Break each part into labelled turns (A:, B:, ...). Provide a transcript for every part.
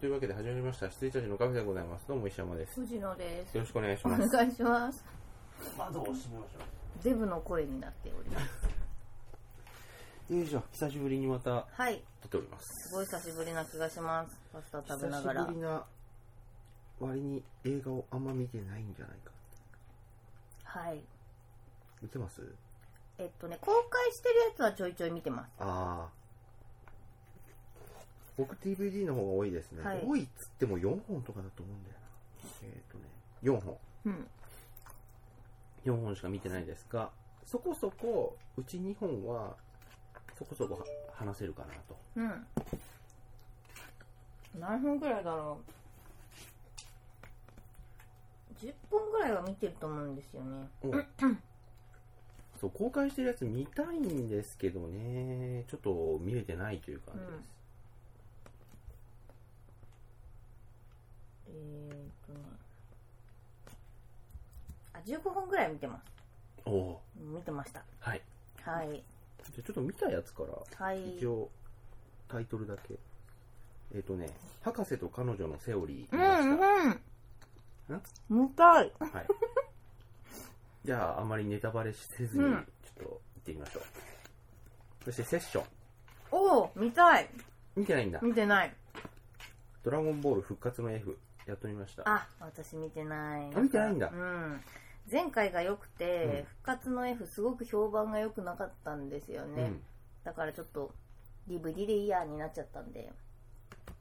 A: というわけで始まりました7日のカフェでございますどうも石山ですよ
B: 藤野です。
A: ろしくお願いし
B: お
A: ます
B: 願いします。
A: 窓を閉め ましょ
B: デブの声になっております。
A: うよいしょ久しぶりにまた
B: はい、
A: 撮っております
B: すごい久しぶりな気がします。パスタ食べな
A: 久
B: がら
A: しぶ。りな割に映画をあんま見てないんじゃないか
B: はい。
A: 見てます
B: えっとね、公開してるやつはちょいちょい見てます。
A: ああ僕 DVD の方が多いですね、
B: はい
A: 多いっつっても4本とかだと思うんだよなえっ、とね4本
B: うん。
A: 4本しか見てないですがそこそこうち2本はそこそこは話せるかなと
B: うん。何分くらいだろう。10本くらいは見てると思うんですよね。
A: そう公開してるやつ見たいんですけどねちょっと見れてないという感じです、
B: えー、っとね。あ、15本くらい見てます。
A: おお
B: 見てました。
A: はい
B: はい。
A: じゃあちょっと見たやつから
B: はい。
A: 一応タイトルだけえっ、とね「博士と彼女のセオリー」
B: う
A: 見ました、
B: ん
A: ん
B: うん。見たい。
A: はい、じゃああまりネタバレせずにち
B: う
A: ょ
B: ん
A: っと行ってみましょう、そしてセッション
B: おお、見たい。
A: 見てないんだ
B: 見てない。
A: 「ドラゴンボール復活の F」やっと見ました
B: あ、私見てない。
A: あ見てないんだ
B: うん。前回が良くて、
A: うん
B: 復活の F すごく評判が良くなかったんですよね。
A: うん
B: だからちょっと DVD でイヤーになっちゃったんで。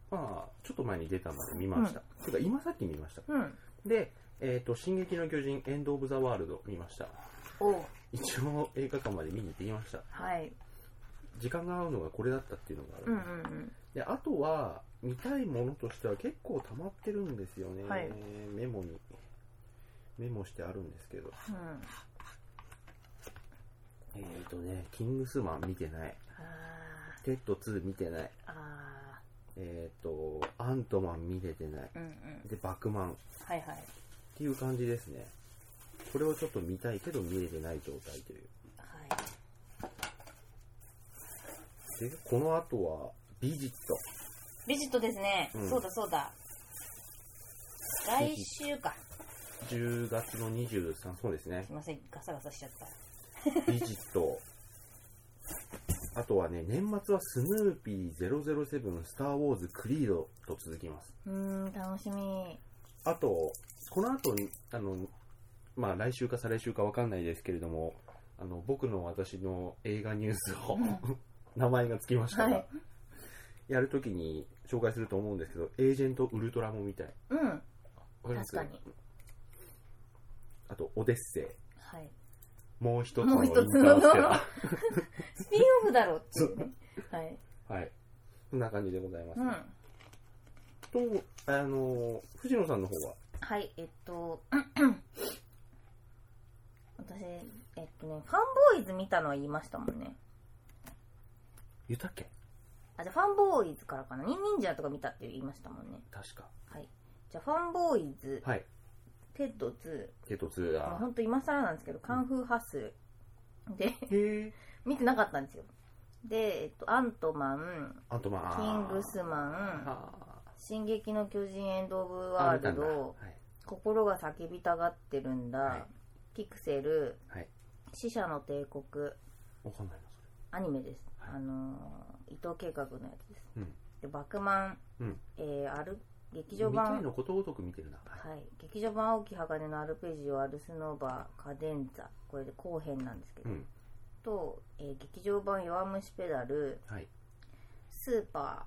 A: まあちょっと前に出たまで見ました、てか今さっき見ました
B: うん。
A: で、えーと「進撃の巨人エンド・オブ・ザ・ワールド」見ました
B: おう
A: 一応映画館まで見に行ってきました
B: はい。
A: 時間が合うのがこれだったっていうのがある、
B: うんうん
A: であとは見たいものとしては結構溜まってるんですよね、
B: はい
A: メモにメモしてあるんですけど
B: うん。うん。
A: えっ、とね「キングスマン」見てない
B: あ
A: 「テッド2」見てない
B: ーあ
A: えっ、と「アントマン」見れてない
B: ー。うんうん。
A: で「バクマン」っ
B: はいはい。
A: ていう感じですねこれをちょっと見たいけど見れてない状態という
B: はい。
A: でこの後は「ビジット」
B: ビジットですね。
A: うん
B: そうだそうだ。来週か。
A: 10月の23そうですね
B: すいません、ガサガサしちゃった。
A: ビジットあとはね年末はスヌーピー007スター・ウォーズクリードと続きます
B: うーん、楽しみ。
A: あとこの後にあのまあ来週か再来週かわかんないですけれどもあの僕の私の映画ニュースを 名前がつきましたが、
B: はい
A: やるときに紹介すると思うんですけどエージェントウルトラもみたい
B: うん、
A: わりま
B: 確
A: す
B: かに。
A: あとオデッセ
B: はい。
A: イもう一つ
B: も
A: の
B: う
A: インタ
B: 一つの
A: ーステラー
B: スピンオフだろうっていうね。はい。
A: はい。こんな感じでございます、
B: うん。
A: と、あの、藤野さんの方は、
B: はい、えっと、 私、えっとね、ファンボーイズ見たのは言いましたもんね。
A: 言ったっけ
B: あ、じゃあファンボーイズからかな。ニンニンジャーとか見たって言いましたもんね。
A: 確か。
B: はい。じゃあファンボーイズ、
A: はい。
B: テッド2、
A: テト2
B: まあ、
A: だ
B: ほ。んと今更なんですけど、カンフーハッスル。で、
A: へえ。
B: 見てなかったんですよ。で、えっと、アントマン、
A: あとまあ。
B: キングスマン、
A: あ
B: 進撃の巨人エンド・オブ・
A: ーあ
B: ワ
A: 見た
B: ー
A: ん
B: ル
A: だはい
B: ド、心が叫びたがってるんだ、
A: は
B: ピクセル、
A: はい。
B: 死者の帝国、
A: わかんないな、そ
B: アニメです。
A: はい
B: あのー伊藤計画のやつです。
A: れ。うん。
B: で、バクマン、
A: うん
B: えー、ある、劇
A: 見
B: 場
A: たい
B: 版、
A: のことごとく見てるな。はい。
B: はい、劇場版青木鋼のアルペジオ、アルスノーバー、カデンザ、これで後編なんですけ
A: う
B: ど、
A: ん。
B: と、えー劇場版弱虫ペダル、
A: はい。
B: スーパ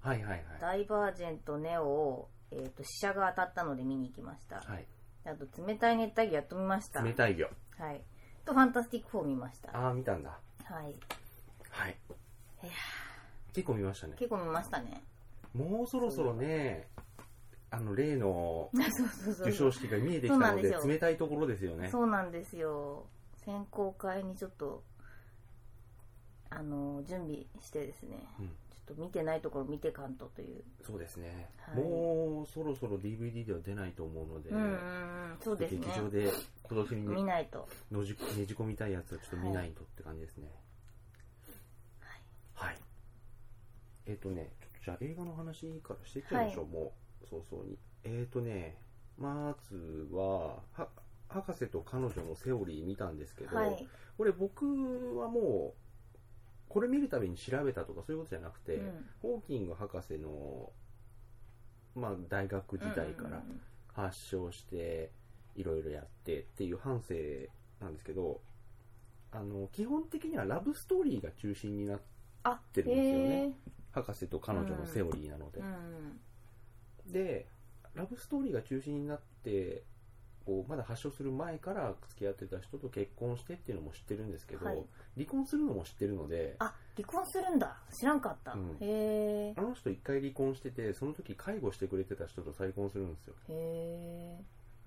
A: はいはい
B: ー、
A: はい。
B: ダイバージェント、ネオを、えー、と試写が当たったので見に行きました、
A: はい。
B: あと冷たい熱帯魚やっと見ました
A: 冷たい魚。
B: はいとファンタスティック4見ました
A: ああ、見たんだ。
B: はい
A: はい
B: いや。
A: 結構見ましたね。
B: 結構見まし たね
A: もうそろそろね、あの、例の
B: そうそうそう
A: 授賞式が見えてきたの
B: そう
A: で
B: なんで、すよ
A: 冷たいところですよね。
B: そうなんですよ選考会にちょっとあの準備してですね、
A: うん
B: ちょっと見てないところ見てかんとという、
A: そうですね、
B: はい
A: もうそろそろ DVD では出ないと思うので、
B: うんうんうんそうですね
A: 劇場で今年
B: 見
A: に
B: ないと
A: のじねじ込みたいやつはちょっと見ないとって感じですね。はい。えっ、とね、ちょっとじゃあ映画の話からしていっちゃいましょう、もう早々にえーとねまずはは博士と彼女のセオリー見たんですけど、
B: はい、
A: これ僕はもうこれ見るたびに調べたとかそういうことじゃなくて、
B: うん
A: ホーキング博士の、まあ、大学時代から
B: うんうんうん
A: 発症していろいろやってっていう反省なんですけどあの基本的にはラブストーリーが中心になっ
B: あ
A: てるんですよね
B: へー
A: 博士と彼女のセオリーなので
B: う、ん
A: でラブストーリーが中心になってこうまだ発症する前から付き合ってた人と結婚してっていうのも知ってるんですけど、
B: はい
A: 離婚するのも知ってるので
B: あ離婚するんだ知らんかった、
A: うん
B: へえ
A: あの人一回離婚しててその時介護してくれてた人と再婚するんですよ
B: へ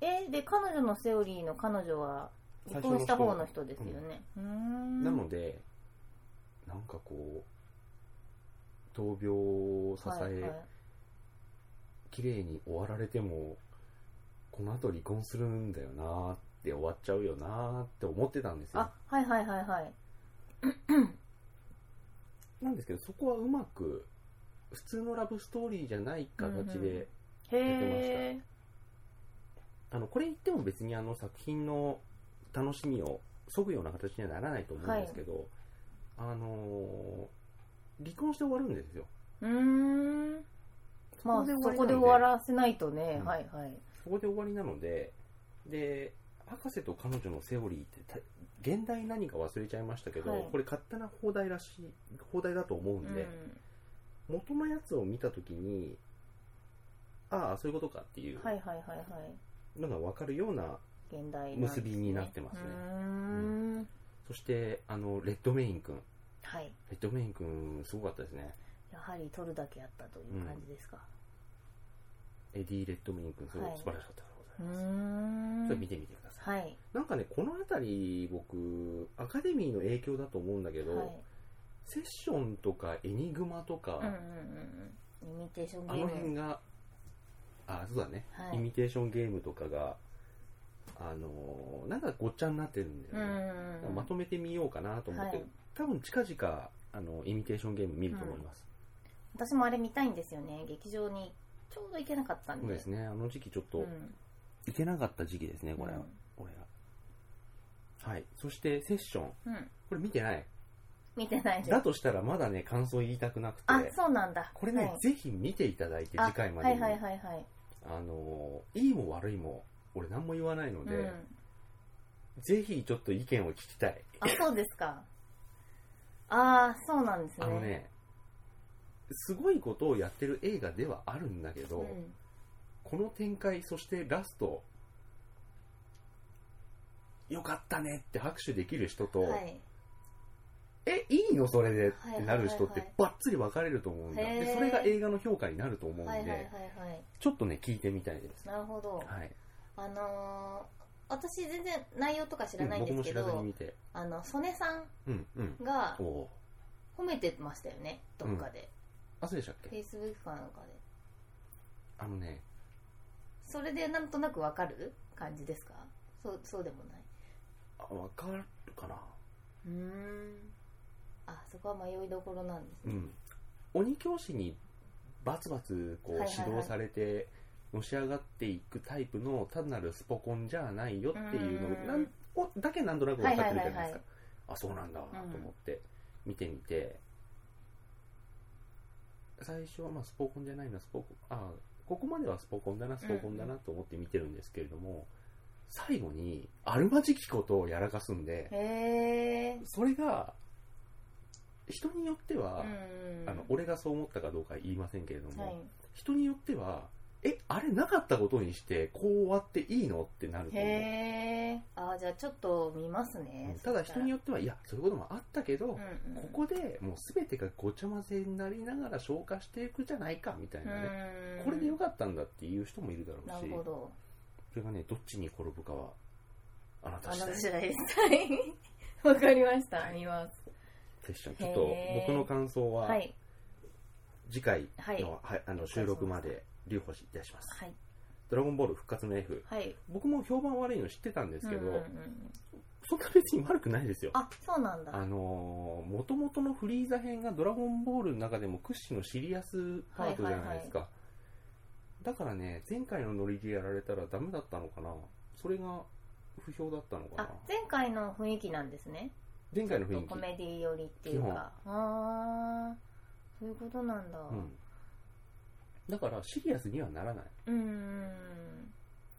B: ええで彼女のセオリーの彼女は離婚した方の人ですよねうーん
A: なのでなんかこう闘病を支
B: はいはい
A: え綺麗、に終わられてもこの後離婚するんだよなーって終わっちゃうよなーって思ってたんですよ
B: あはいはいはいはい
A: なんですけどそこはうまく普通のラブストーリーじゃない形で、
B: うんうんへえ
A: あのこれ言っても別にあの作品の楽しみを削ぐような形にはならないと思うんですけど、あのー離婚して終わるんですよ
B: うーんまあ
A: そ
B: そ
A: こ
B: こ
A: で終
B: で終
A: わ
B: わ
A: りなんで
B: らせないとね、
A: うん
B: はいはい
A: そこで終わりなのでで博士と彼女のセオリーってた現代何か忘れちゃいましたけど、
B: はい
A: これ勝手な放題らしい放題だと思うんで、元のやつを見た時にああそういうことかっていう
B: はいはいはいはい
A: のが分かるような、
B: 現代なんです
A: 結びになってますね
B: うーん
A: そしてあのレッドメイン君
B: はい
A: レッドメイン君すごかったですね
B: やはり取るだけやったという感じですか
A: エディ・レッドメイン君すごい
B: はい
A: 素晴らしかったでござい
B: うー
A: ます、
B: ん
A: ちょっと見てみてください
B: はい
A: なんかねこの辺り僕アカデミーの影響だと思うんだけど、
B: はい
A: セッションとかエニグマとか、
B: うんうんうんうんイミテーションゲ
A: あ
B: ー
A: の
B: ム
A: 辺が、あ、そうだね、
B: は
A: イ
B: い
A: ミテーションゲームとかが、あのーなんかごっちゃになってるんだ
B: うんう
A: よね。
B: んうん
A: まとめてみようかなと思って、
B: はい
A: 多分近々、あの、イミテーションゲーム見ると思います。
B: 私もあれ見たいんですよね劇場にちょうど行けなかったんで
A: そうですね、あの時期ちょっ
B: う
A: と、
B: ん
A: いけなかった時期ですね、これは。
B: うん
A: 俺は。はい。そして、セッション。
B: うん
A: これ見てない。
B: 見てないです
A: だとしたらまだね、感想言いたくなく
B: あ
A: て、
B: そうなんだ
A: これね、
B: はい
A: ぜひ見ていただいて、
B: あ
A: 次回までに。
B: はいはいはいはい
A: あのーいいも悪いも、俺何も言わないので、
B: うん
A: ぜひちょっと意見を聞きたい。
B: あそうですかああそうなんですね
A: あのね、すごいことをやってる映画ではあるんだけど、
B: うん
A: この展開、そしてラスト、よかったねって拍手できる人と、
B: はい
A: え、いいのそれでってなる人っ
B: はいはいはい
A: て
B: はい
A: バッツリ分かれると思うんだ、
B: へー
A: で。それが映画の評価になると思うんで、
B: はいはいはいはい
A: ちょっとね、聞いてみたいです。
B: なるほど
A: はい、
B: あのー私全然内容とか知らないん
A: 僕
B: で
A: も
B: すけ
A: 知らずに
B: ど
A: 見て、
B: あの曽根さん
A: うんうん、
B: が
A: おお
B: 褒めてましたよねどっかで、
A: ー、あ、そうでしたっ
B: フ
A: け
B: ェイスブックかなんかで
A: あのね、
B: それでなんとなくわかる感じですかそうそうでもない
A: あ分かるかな
B: うーんあそこは迷いどころなんです
A: う
B: ね、
A: ん、鬼教師にバツバツこう
B: はいはいはい
A: 指導されてのし上がっていくタイプの単なるスポコンじゃないよっていう
B: うん
A: のなんをだけなんとなく分かってるじゃないですか、
B: はいはいはいはい
A: あそうなんだと思って見てみて、最初はまあスポコンじゃないなスポコンあここまではスポコンだなスポコンだなと思って見てるんですけれども、最後にあるまじきことをやらかすんで
B: へえ
A: それが人によっては、あの
B: 俺
A: 俺がそう思ったかどうかは言いませんけれども、
B: はい
A: 人によってはえあれなかったことにしてこう終わっていいのってなると思う
B: へえあじゃあちょっと見ますね、
A: ただ人に
B: よ
A: よってはいやそういうこともあったけど、
B: って、うんうん、
A: ここでもう全てがごちゃ混ぜになりながら消化していくじゃないかみたいなね、
B: うーん
A: これでよかったんだっていう人もいるだろ
B: な
A: うし
B: るほど
A: それがねどっちに転ぶかはあなた
B: あ
A: 次
B: の
A: 第
B: 時代ですはい わかりました、
A: はい
B: 見ます
A: セッションちょっと僕の感想は
B: はい
A: 次回
B: はい
A: の,、はい、あの収録まで留保しいたします
B: はい
A: 「ドラゴンボール復活の F
B: はい」
A: 僕も評判悪いの知ってたんですけど、
B: うんうんうん
A: 普そんな別に悪くないですよ。
B: あそうなんだ
A: あのー、元々のフリーザ編がドラゴンボールの中でも屈指のシリアスパートじゃないですか。だからね、前回のノリでやられたらダメだったのかなそれが不評だったのか
B: あ
A: な
B: 前回の雰囲気なんですね
A: 前回の
B: ちょ
A: 雰
B: っ
A: 囲
B: と
A: 気。
B: コメディ寄りっていうかああそういうことなんだ
A: うん。だからシリアスにはならない。
B: うんん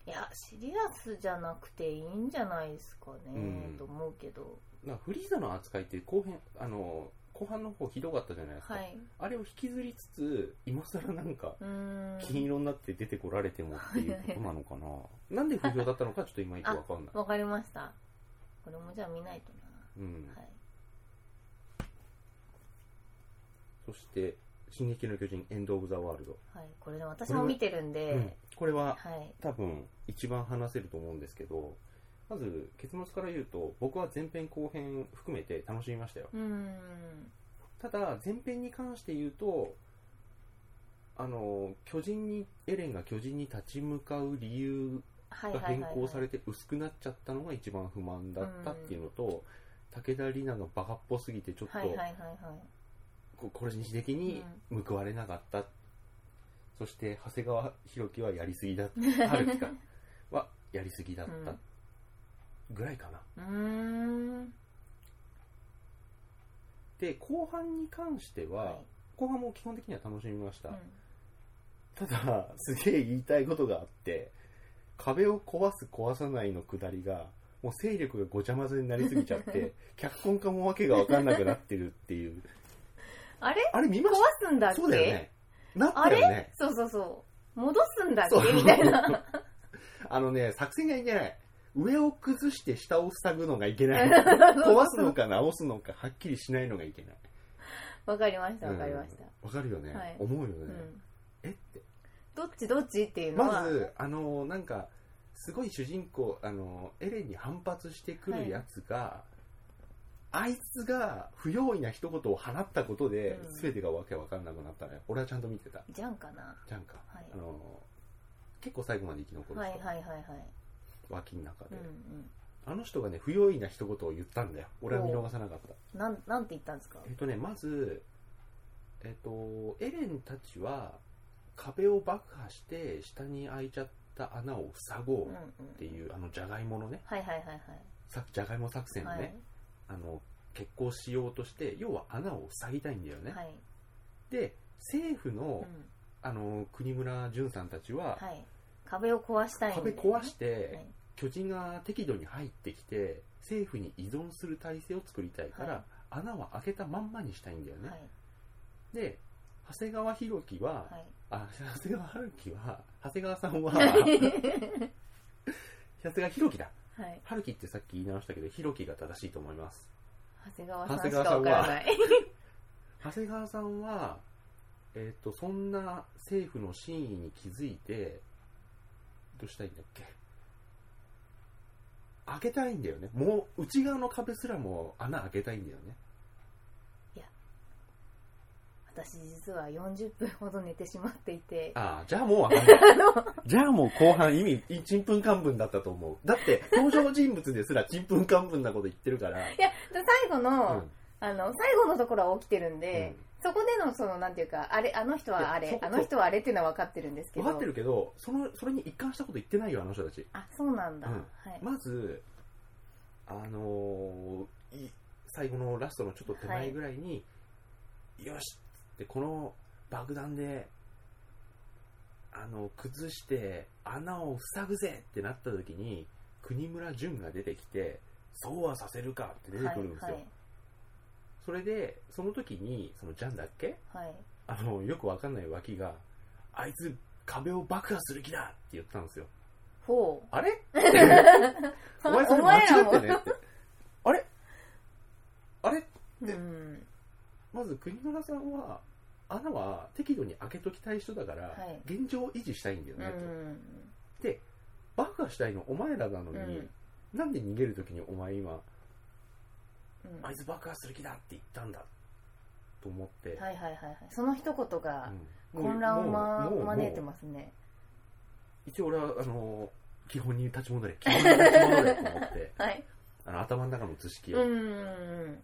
B: いやシリアスじゃなくていいんじゃないですか
A: う
B: ね
A: ん
B: と思うけど
A: なんかフリーザの扱いって後編、あのー、後半の方ひどかったじゃないですか。
B: はい
A: あれを引きずりつつ、今更なんか、
B: うー
A: 金
B: ん
A: 色になって出てこられてもっていうことなのかな。なんで不評だったのかちょっといまいちわかんない。
B: わかりましたこれもじゃあ見ないと
A: うん
B: な。はい
A: そして、進撃の巨人、エンド・オブ・ザ・ワールド。
B: はいこれね私も見てるんで、
A: うんこれは
B: はい
A: 多分一番話せると思うんですけど、まず結末から言うと、僕は前編後編含めて楽しみましたよ。
B: うーん
A: ただ、前編に関して言うと、あの、巨人に、エレンが巨人に立ち向かう理由
B: はい
A: が
B: はいはい、
A: 変
B: はい、
A: 更されて薄くなっちゃったのが一番不満だったっていうのと、武田里奈がバカっぽすぎてちょっと
B: はいはいはいはい
A: ここれに的に報われなかった、そして長谷川博己はやりすぎだった春 樹かはやりすぎだったぐらいかな、
B: うーん
A: で後半に関しては、
B: はい
A: 後半も基本的には楽しみました、
B: うん
A: ただすげえ言いたいことがあって壁を壊す壊さないの下りがもう勢力がごちゃ混ぜになりすぎちゃって 脚本家もわけが分かんなくなってるっていう
B: あれ
A: あれ見ま
B: 壊
A: し
B: すんだったけ
A: そうだよねなったよね
B: そうそうそう。戻すんだっ
A: そう
B: けみたいな。
A: あのね、作戦がいけない。上を崩して下を塞ぐのがいけない。 壊
B: 壊
A: すのか直すのかはっきりしないのがいけない。
B: わかりました、わかりまし
A: わかるよね、
B: はい
A: 思うよね
B: た。、うん。
A: えって。
B: どっちどっちっていうのは。
A: まず、あの、なんか、すごい主人公、あの、エレンに反発してくるやつが、あいつが不用意な一言を放ったことで
B: う、ん
A: 全てがわけわかんなくなったのよ。俺はちゃんと見てた。
B: じゃんかな。
A: ちゃんか。
B: はい
A: あの、結構最後まで生き残る
B: はい
A: 人、
B: はいはいはい。
A: 脇の中
B: う
A: で。
B: んう
A: あの人がね、不用意な一言を言ったんだよ。俺は見逃さなかった。
B: ん。なん、なんて言ったんですか
A: えっとね、まず、えっと、エレンたちは壁を爆破して下に開いちゃった穴を塞ご
B: う
A: うん
B: うん
A: っ。ていう、あの、じゃがいものね、
B: はいはいはい
A: さじゃがいも作戦
B: は
A: の
B: い。
A: ね、あの、決行しようとして、要は穴を塞ぎたいんだよね。
B: はい。はい。
A: で、政府
B: う
A: の、
B: ん。
A: あの、国村淳さんたちは、
B: はい。壁を壊したいんで
A: 壁壊してて、巨人が適度に入ってきて政府に依存する体制を作りたいから、
B: はい
A: 穴は開けたまんまにしたいんだよね、
B: はい。
A: で長谷川博己は、
B: はい。
A: あ長谷川春樹は 長谷川さんは 長
B: はい
A: 谷川博己だ
B: はい。
A: 春樹ってさっき言い直したけど博己が正しいと思います
B: 長谷川さんしかわからない。
A: 長谷川さんは、えっとそんな政府の真意に気づいてどうしたいんだっけ開けたいんだよねもう内側の壁すらも穴開けたいんだよね
B: 私実は40分ほど寝てしまっていて。
A: ああじゃあもう分かんない
B: あの、
A: じゃあもう後半意味ちんぷんかんぷんだったと思うだって登場人物ですらちんぷんかんぷんなこと言ってるから
B: いや、最後の、
A: うん
B: あの、最後のところは起きてるんで、
A: うん
B: そこでの、その、なんていうか、あれ、あの人はあ
A: い
B: れ
A: や、そ
B: あの人はあれっていうのは分かってるんですけ
A: 分
B: ど。
A: かってるけどそのそれに一貫したこと言ってないよあの人たち
B: あ、そうなんだ。
A: うん
B: はい。
A: まず、あのーい最後のラストのちょっと手前ぐらいに、よしってこの爆弾で、あの、崩して穴を塞ぐぜってなった時に、国村淳が出てきて、そうはさせるかって出てくるんですよ。
B: はい、
A: それで、その時に、そのジャンだっけ
B: はい。はい
A: あの、よくわかんない脇が、あいつ壁を爆破する気だって言ったんですよ。
B: ほう。
A: あれ
B: お
A: お前それ間違
B: ら
A: ってねって。あれあれ
B: うん。
A: まず国村さんは、穴は適度に開けときたい人だから、
B: はい
A: 現状を維持したいんだよ
B: う
A: ね、と
B: ん。
A: で、爆破したいのお前らなのに、
B: うん
A: なんで逃げるときにお前今、
B: うん
A: あいつ爆破する気だって言ったんだと思って、
B: はいはいはいはい。その一言が
A: うん
B: 混乱を、ま
A: もうもう
B: 招いて
A: もう
B: ますね。
A: 一応俺は、あのー基本に立ち戻れ、基本に立ち戻れと思って、
B: はい。
A: あの頭の中の図式
B: う
A: を、
B: んうんうん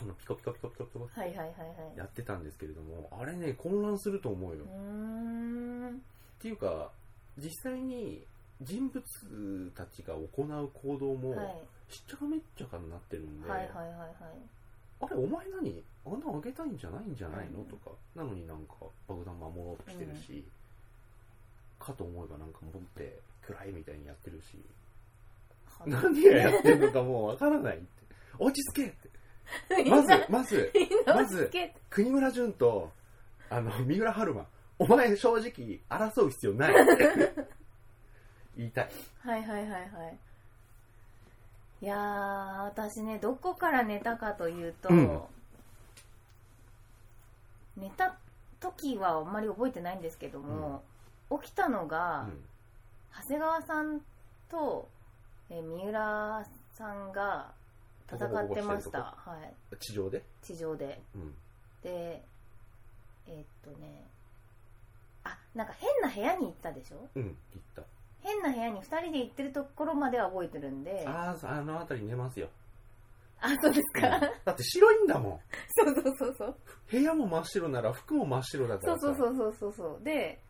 A: あのピコピコピコピコピコ
B: はいはいはいはい
A: やってたんですけれどもあれね混乱すると思うよ、
B: うー
A: っ
B: ん
A: ていうか実際に人物たちが行う行動も、
B: はい
A: しっちゃかめっちゃかになってるんで、
B: はいはいはい
A: あれお前何穴開けたいんじゃないんじゃないの、
B: うん
A: とかなのになんか爆弾守ろうとしてるし、かと思えばなんか持って暗いみたいにやってるし
B: はい
A: 何がやってるのかもうわからないって落ち着け ってまずまず
B: みんな
A: ま
B: ま
A: ず
B: ずけ
A: 国村淳とあの三浦春馬お前正直争う必要ないって 言いたい
B: はいはいはいはいいやー私ねどこから寝たかというと、
A: うん
B: 寝た時はあんまり覚えてないんですけども、起きたのが、長谷川さんと、えー三浦さんが戦ってましたはい
A: うん地上で、
B: 地上で
A: うん、
B: でえーっとねあなんか変な部屋に行ったでしょ
A: うん行った
B: 変な部屋に2人で行ってるところまでは覚えてるんであ
A: あーあの辺り寝ます よ
B: そうですか、
A: だって白いんだもん
B: そうそうそうそう
A: 部屋も真っ白なら服も真っ白だか
B: そ
A: ら
B: う
A: さ
B: そうそうそうそうそうで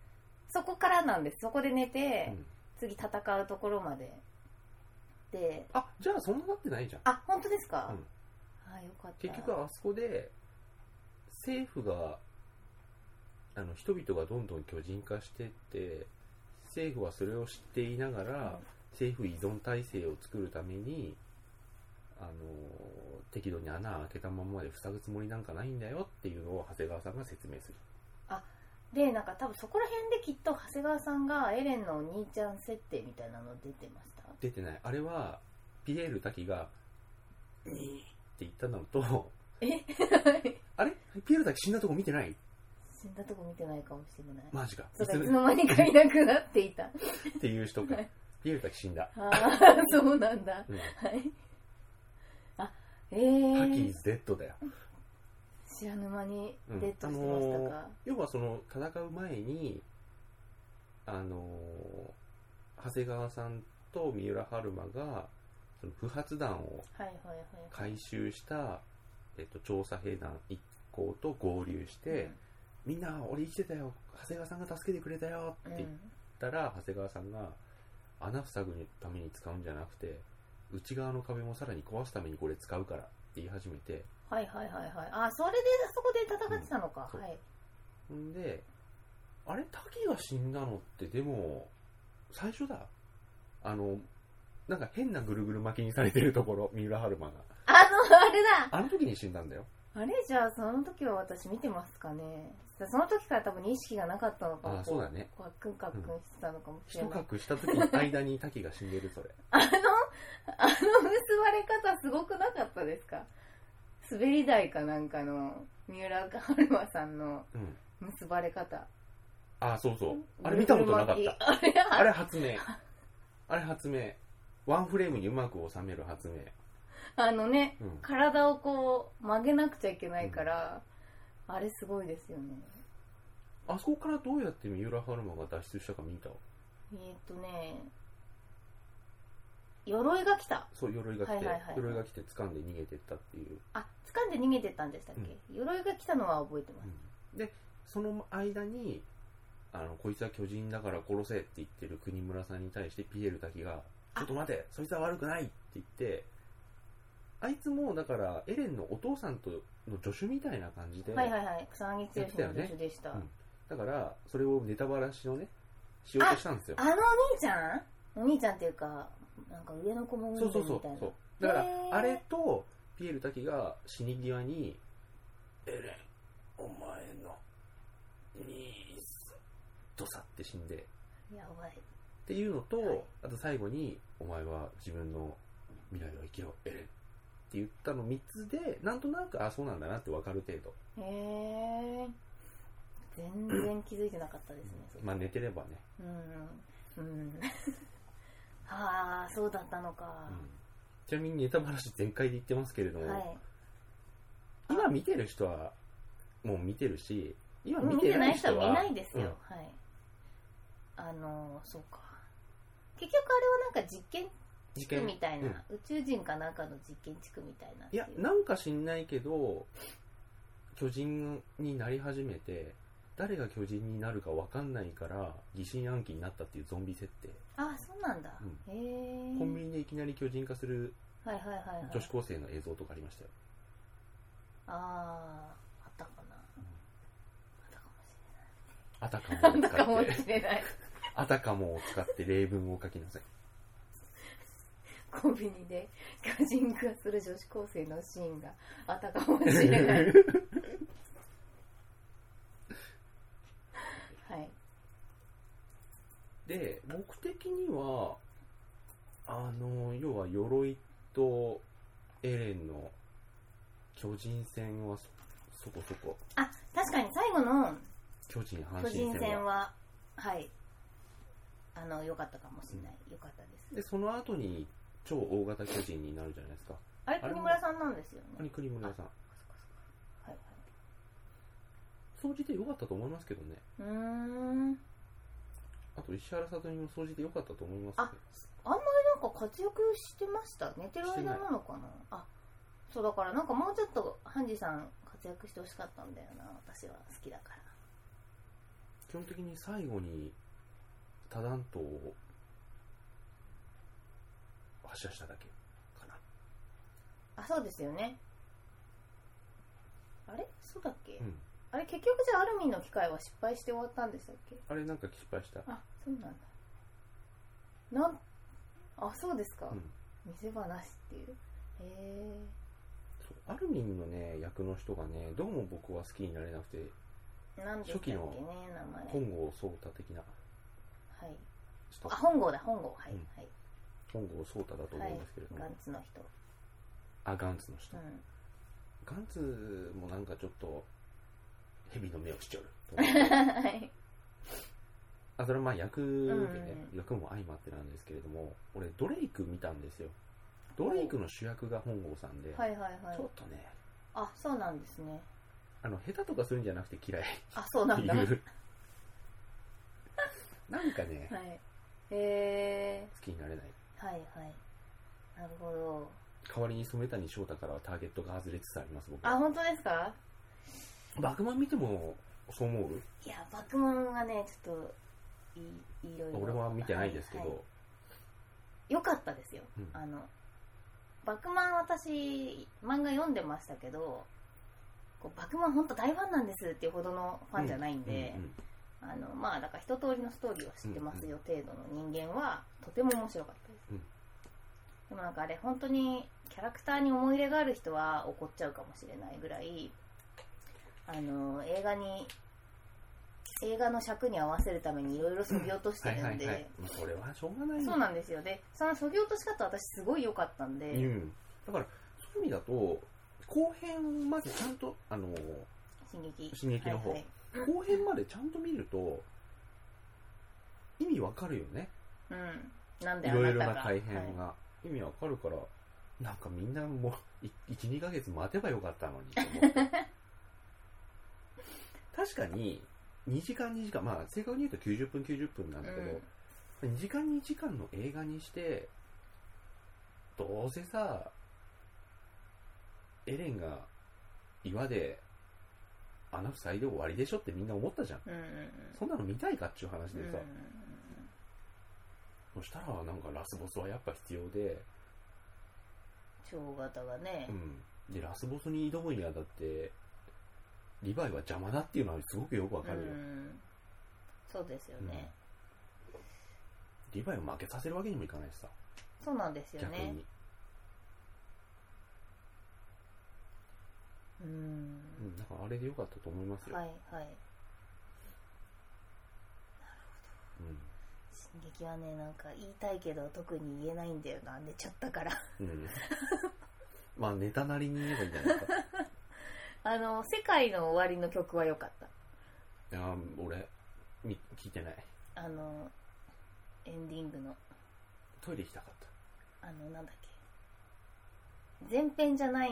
B: そこからなんですそこで寝て、
A: うん
B: 次戦うところまでで
A: あじゃあそんななってないじゃん
B: あ本当ですか、
A: うん
B: あよかった
A: 結局あそこで政府があの人々がどんどん巨人化してって政府はそれを知っていながら、政府依存体制を作るためにあの適度に穴を開けたままで塞ぐつもりなんかないんだよっていうのを長谷川さんが説明する
B: でなんか多分そこら辺できっと長谷川さんがエレンのお兄ちゃん設定みたいなの出てました
A: 出てないあれはピエール滝が「にー」って言ったのと
B: え
A: あれピエール滝死んだとこ見てない
B: 死んだとこ見てないかもしれない、
A: マジか
B: そうだいつ
A: い
B: の間にかいなくなっていたあ
A: つっていう人か
B: はい
A: ピエール滝死んだ、
B: あそうなんだ
A: うん、
B: はいあ
A: タ
B: え
A: キー
B: ー、
A: ズデッドだよ
B: 知らぬ間に
A: うん
B: デッドしてましたか、
A: 要はその戦う前にあのー長谷川さんと三浦春馬がその不発弾を
B: はいはいはい
A: 回収した、えっと、調査兵団一行と合流して、みんな俺生きてたよ長谷川さんが助けてくれたよっ
B: う
A: て
B: ん
A: 言ったら、長谷川さんが穴塞ぐために使うんじゃなくて内側の壁もさらに壊すためにこれ使うからって言い始めて
B: はいはいはいはいあそれでそこで戦ってたのか、
A: うん
B: はい
A: んであれ滝が死んだのってでも最初だあのなんか変なぐるぐる巻きにされてるところ三浦春馬が
B: あのあれだ
A: あの時に死んだんだよ
B: あれじゃあその時は私見てますかねその時から多分意識がなかったのかも
A: あそうだね
B: カックンカックンしてたのかもし
A: 一
B: れない、
A: 角した時の間に滝が死んでるそれ
B: あのあの結ばれ方すごくなかったですか滑り台かなんかの三浦春馬さんの
A: うん
B: 結ばれ方
A: あそうそうあれ見たことなかった
B: たあれ
A: あれ発明。あれ発明。ワンフレームにうまく収める発明。
B: あのね
A: うん。
B: 体をこう曲げなくちゃいけないから、あれすごいですよね
A: あそこからどうやって三浦春馬が脱出したか見た
B: えーっ、とね鎧が来た
A: そう、鎧が来て、
B: はいはいはい
A: 鎧が来て掴んで逃げてったっていう。
B: あ掴んで逃げてったんでしたっけ、鎧が来たのは覚えてます、
A: で、その間に、あの、こいつは巨人だから殺せって言ってる国村さんに対してピエール滝が、
B: あ
A: ちょっと待て、そいつは悪くないって言って、あいつもだからエレンのお父さんとの助手みたいな感じで、
B: はいはいはい草薙
A: やってた
B: 剛
A: よ
B: の
A: ね
B: 助手でした
A: うんだからそれをネタバラしをね、しようとしたんですよ。
B: あのお兄ちゃんお兄ちゃんっていうかなんか上の子もお兄ち
A: そ
B: ゃ
A: うそうんそ
B: み
A: う
B: たいな
A: そうだから
B: へー
A: あれとピエール滝が死に際に「エレンお前のニーズ」ドサって死んでっ
B: やばい
A: ていうのと、
B: はい
A: あと最後に「お前は自分の未来を生きろエレン」って言ったの3つでなんとなくあそうなんだなって分かる程度
B: へえ全然気づいてなかったですね、
A: まあ寝てればね、
B: うんうん ああそうだったのか
A: うん、ちなみにネタバラシ全開で言ってますけれども、
B: はい
A: 今見てる人はもう見てるし今
B: 見
A: 見
B: て
A: て
B: な
A: ないい
B: 人
A: 人
B: は見
A: は
B: ないですよ、はいあのそうか結局あれはなんか実験地区みたいな、宇宙人かなんかの実験地区みたいなって
A: いや
B: う
A: なんか知んないけど巨人になり始めて誰が巨人になるかわかんないから疑心暗鬼になったっていうゾンビ設定
B: あそうなんだ、
A: う
B: へえ
A: コンビニでいきなり巨人化する
B: はいはいはい、はい、
A: 女子高生の映像とかありましたよ
B: あああったかなあ
A: あたかもを
B: ったか
A: 使
B: も
A: っ
B: しれないあ
A: てあ
B: ったかもしれない
A: たかもを使って例文を書きなさい
B: コンビニで巨人化する女子高生のシーンがあったかもしれ ないはい
A: で僕的にはあの要は鎧とエレンの巨人戦はそそこそこ
B: あ確かに最後の
A: 巨人阪
B: 巨
A: 神
B: 人
A: 戦は
B: 戦ははいあの良かったかもしれない良かったです
A: でその後に超大型巨人になるじゃないですか
B: あれ
A: あれ
B: 国村さんなんですよ
A: あ
B: ね
A: れ国村さん
B: はいはい
A: 掃除で良かったと思いますけどね
B: うーん
A: あと石原さとみも掃除で良かったと思います
B: あなんか活躍してました寝てる間なのかなあそうだからなんかもうちょっとハンジさん活躍してほしかったんだよな私は好きだから
A: 基本的に最後に多弾頭を発射しただけかな
B: あそうですよねあれそうだっけ、
A: うん
B: あれ結局じゃあアルミンの機械は失敗して終わったんでしたっけ
A: あれなんか失敗した
B: あそうなんだなんあそうですか、
A: うん
B: 見せ場なしっていうへえ
A: そうアルミンのね役の人がねどうも僕は好きになれなくて
B: 何でしたっけね名前
A: 本郷壮太的な
B: はい
A: 人
B: あ本郷だ本郷はい、
A: うん
B: はい
A: 本郷壮太だと思うんですけれども、
B: ガンツの人
A: あガンツの人、
B: うん
A: ガンツもなんかちょっと蛇の目をしちょる
B: はい
A: あそれはまあ役でね、
B: うん
A: 役も相まってなんですけれども俺ドレイク見たんですよドレイクの主役が本郷さんで、
B: はいはいは
A: ちょっ
B: い
A: とね
B: あそうなんですね
A: あの下手とかするんじゃなくて嫌い
B: あそうな
A: って
B: ん
A: い
B: だはいう
A: なんかね
B: へえ
A: 好きになれない
B: はいはいなるほど
A: 代わりに染谷翔太からはターゲットが外れつつあります僕
B: あ
A: は
B: 本当ですか
A: バクマン見てもそう思う
B: いや爆問がねちょっといいいろいろ
A: 俺は見てないですけど、
B: は良かったですよ、
A: うん
B: あの「バクマン」私漫画読んでましたけど「こうバクマン」本当大ファンなんですっていうほどのファンじゃないんで、
A: うんうん
B: あのまあだから一通りのストーリーを知ってますよ程度の人間はとても面白かったです、
A: うん
B: でもなんかあれ本当にキャラクターに思い入れがある人は怒っちゃうかもしれないぐらいあの映画に映画の尺に合わせるためにいろいろそぎ落として
A: はいは
B: るん
A: い
B: で、
A: はいまあそれはしょうがないよ
B: そうなんですよでそのそぎ落とし方私すごい良かったんで、
A: うん、だからそういう意味だと後編をまでちゃんとあの
B: 進撃
A: 進撃の方
B: はい
A: 後編までちゃんと見ると意味わかるよね
B: はいうんなん
A: い
B: であなた
A: ろ
B: が
A: いろな改変が、
B: は
A: 意味わかるからなんかみんなもう12ヶ月待てばよかったのにと思って 確かに2時間2時間まあ正確に言うと90分90分なん
B: い
A: だけ
B: う
A: ど、
B: ん
A: 2時間2時間の映画にしてどうせさエレンが岩で穴塞いで終わりでしょってみんな思ったじゃん
B: うんうんうん
A: そんなの見たいかっていう話
B: うん
A: で
B: うん
A: さ、そしたらなんかラスボスはやっぱ必要で、
B: 超型がね、
A: うん、でラスボスに挑むにあたってリヴァイは邪魔だっていうのはすごくよくわかるよ、
B: うんそうですよね、
A: リヴァイを負けさせるわけにもいかないしさ
B: そうなんですよ
A: 逆
B: ね
A: に、
B: う
A: うんん、だからあれでよかったと思いますよ、
B: はいはい
A: うん
B: 進撃はねなんか言いたいけど特に言えないんだよな寝ちゃったから
A: うん。まあ、ネタなりに言えばいいんじゃないか。
B: あの世界の終わりの曲は良かった
A: いや、俺、み聞いてない。
B: あのエンディングの
A: トイレ行きたかっ
B: あのなんだっけ前編じゃない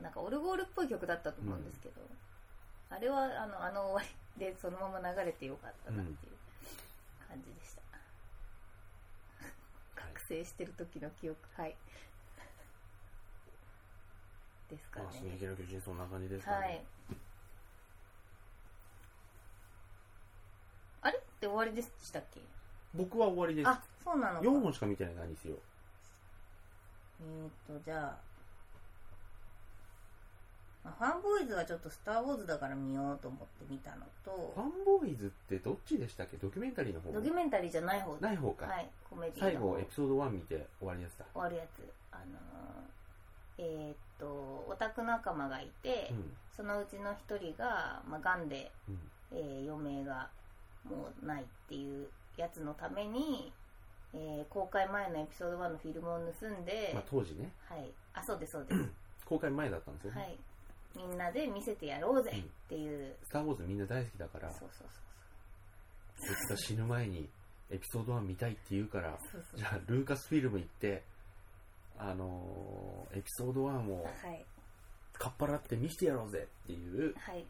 B: なんかオルゴールっぽい曲だったと思うんですけど、あれはあのあの終わりでそのまま流れてよかったなっていう感じでした、
A: た。はい
B: く成してる時の記憶はい ですか
A: ま
B: ね
A: あ、進撃の巨人、そんな感じですかね。
B: はいあれって終わりでしたっけ
A: 僕は終わりです。
B: あそうなのか
A: 4本しか見てないんですよ。
B: えー、っとじゃあまあファンボーイズはちょっと「スター・ウォーズ」だから見ようと思って見たの
A: ファ
B: と
A: ンボーイズってどっちでしたっけドキュメンタリーの方
B: ドキュメンタリーじゃない方
A: ない方か。
B: はいコメディ
A: 最
B: の方
A: 後、エピソード1見て終わりでした。
B: 終わるやつあのーえーっとオタク仲間がいて、
A: うん。
B: そのうちの一人が、まあ、ガンで、
A: うん。
B: えー余命がもうないっていうやつのために、えー公開前のエピソード1のフィルムを盗んで、
A: まあ、当時ね、
B: はいあそうですそうです
A: 公開前だったんですよね。
B: はいみんなで見せてやろうぜっていう、
A: スター・ウォーズみんな大好きだから、
B: そうそう
A: ずっと死ぬ前にエピソード1見たいって言うから、
B: そうそうそう
A: じ
B: そ
A: ゃあ、ルーカスフィルム行って、あのーエピソード1を
B: うはい
A: かっぱらって見せてやろうぜっていう、
B: はい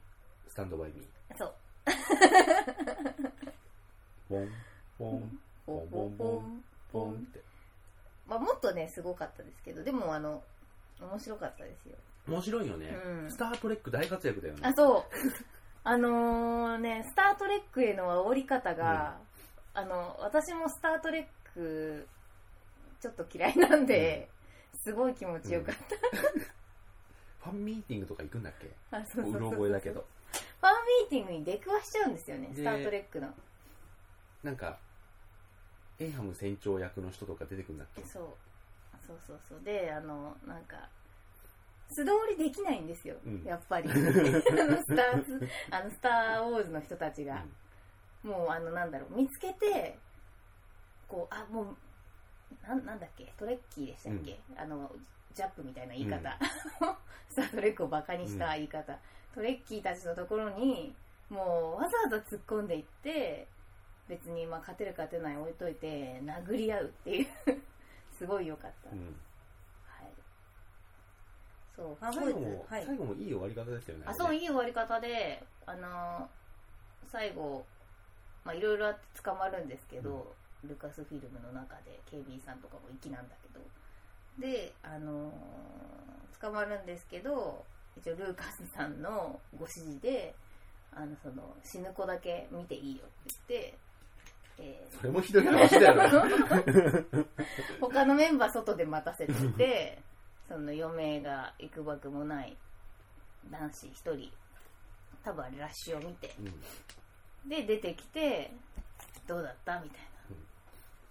A: スタンドバイミー。
B: そう
A: ボン、ボン、
B: ポンポンポンポ
A: ボ
B: ン
A: ンって。
B: まあ、もっとねすごかったですけどでもあの面白かったですよ、
A: 面白いよね。
B: うん
A: スター・トレック大活躍だよね
B: あ。そうあのね「スター・トレック」への煽り方が、あの私も「スター・トレック」ちょっと嫌いなんで、すごい気持ちよかった、
A: ファンミーティングとか行くんだっけ
B: あそうそううそう
A: ろ
B: そう
A: 覚えだけど。
B: ファンミーティングに出くわしちゃうんですよね「
A: で
B: スター・トレックの」
A: なんか、エイハム船長役の人とか出てくるんだっけ
B: そうそうそうそうであのなんか素通りできないんですよ、
A: うん
B: やっ ぱりあのスターズあのスター・ウォーズの人たち
A: う
B: が、
A: ん
B: もうあのなんだろう見つけてこうあもうなんなんだっけトレッキーでしたっけ、あのジャップみたいな言い方、
A: うん
B: スター・トレックをバカにした言い方、トレッキーたちのところにもうわざわざ突っ込んでいって別にまあ勝てる勝てない置いといて殴り合うっていう すごい良かった、
A: う
B: はい、
A: ん
B: そうファンボー
A: 最
B: イ
A: 後
B: ズ
A: も、
B: はい
A: 最後もいい終わり方ですよね。
B: あそう
A: れ
B: いい終わり方であのー最後まあいろいろあって捕まるんですけど、ルカスフィルムの中で警備員さんとかも粋なんだけどであのー捕まるんですけど一応ルーカスさんのご指示であのその死ぬ子だけ見ていいよって言って、えー
A: それもひどい話だよな。
B: 他のメンバー外で待たせててその余命がいくばくもない男子一人多分あれラッシュを見て
A: うん
B: で出てきてどうだったみたいな
A: うん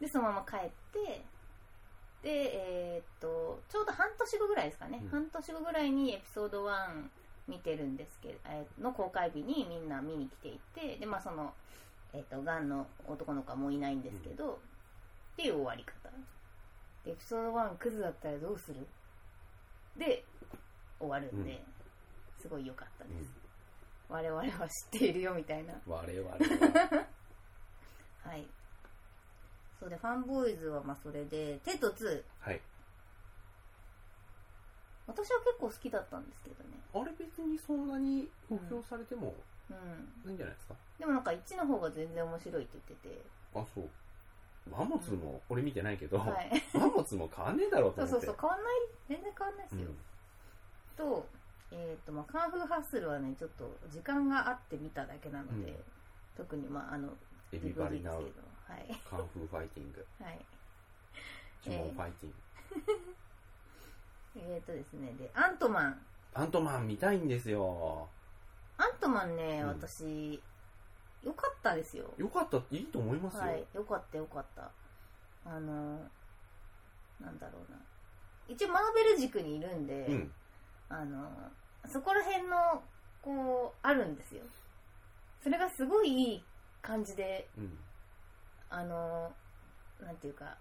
B: でそのまま帰ってでえーっとちょうど半年後ぐらいですかね、
A: うん
B: 半年後ぐらいにエピソード1見てるんですけど、えーの公開日にみんな見に来ていてでまあそのえーっとがんの男の子はもういないんですけど、っていう終わり方でエピソード1クズだったらどうするで終わるんで、
A: うん
B: すごい良かったで
A: うん
B: す、我々は知っているよみたいな
A: 我々 は。
B: はい。そうで、ファンボーイズはまあそれで、テッド2、
A: はい。
B: 私は結構好きだったんですけどね。
A: あれ別にそんなに補強されても
B: うん。
A: ないんじゃないですか。
B: でもなんか1の方が全然面白いって言ってて、
A: あ、そう。マンモスも、俺見てないけど、
B: はい。
A: マンモスも変わんねえだろうと
B: そ
A: 思
B: う
A: って。
B: そうそう、変わんない、全然変わんないですよ。
A: うん
B: と、えっ、と、まあ、カンフーハッスルはね、ちょっと時間があって見ただけなので、
A: うん
B: 特にまあ、あの、
A: エビバリ
B: です
A: ナウ
B: け、ど、はい。
A: カンフーファイティング、
B: はい。
A: キモンファイティング。
B: えっ、とですね、で、アントマン。
A: アントマン見たいんですよ。
B: アントマンね、
A: うん
B: 私、良かったですよ。
A: よかった、いいと思いますよ。
B: はい、よかったよかった。あのーなんだろうな。一応マーベル軸にいるんで、
A: うん。
B: あのーそこら辺の、こう、あるんですよ。それがすごいいい感じで、
A: うん。
B: あのーなんていうか、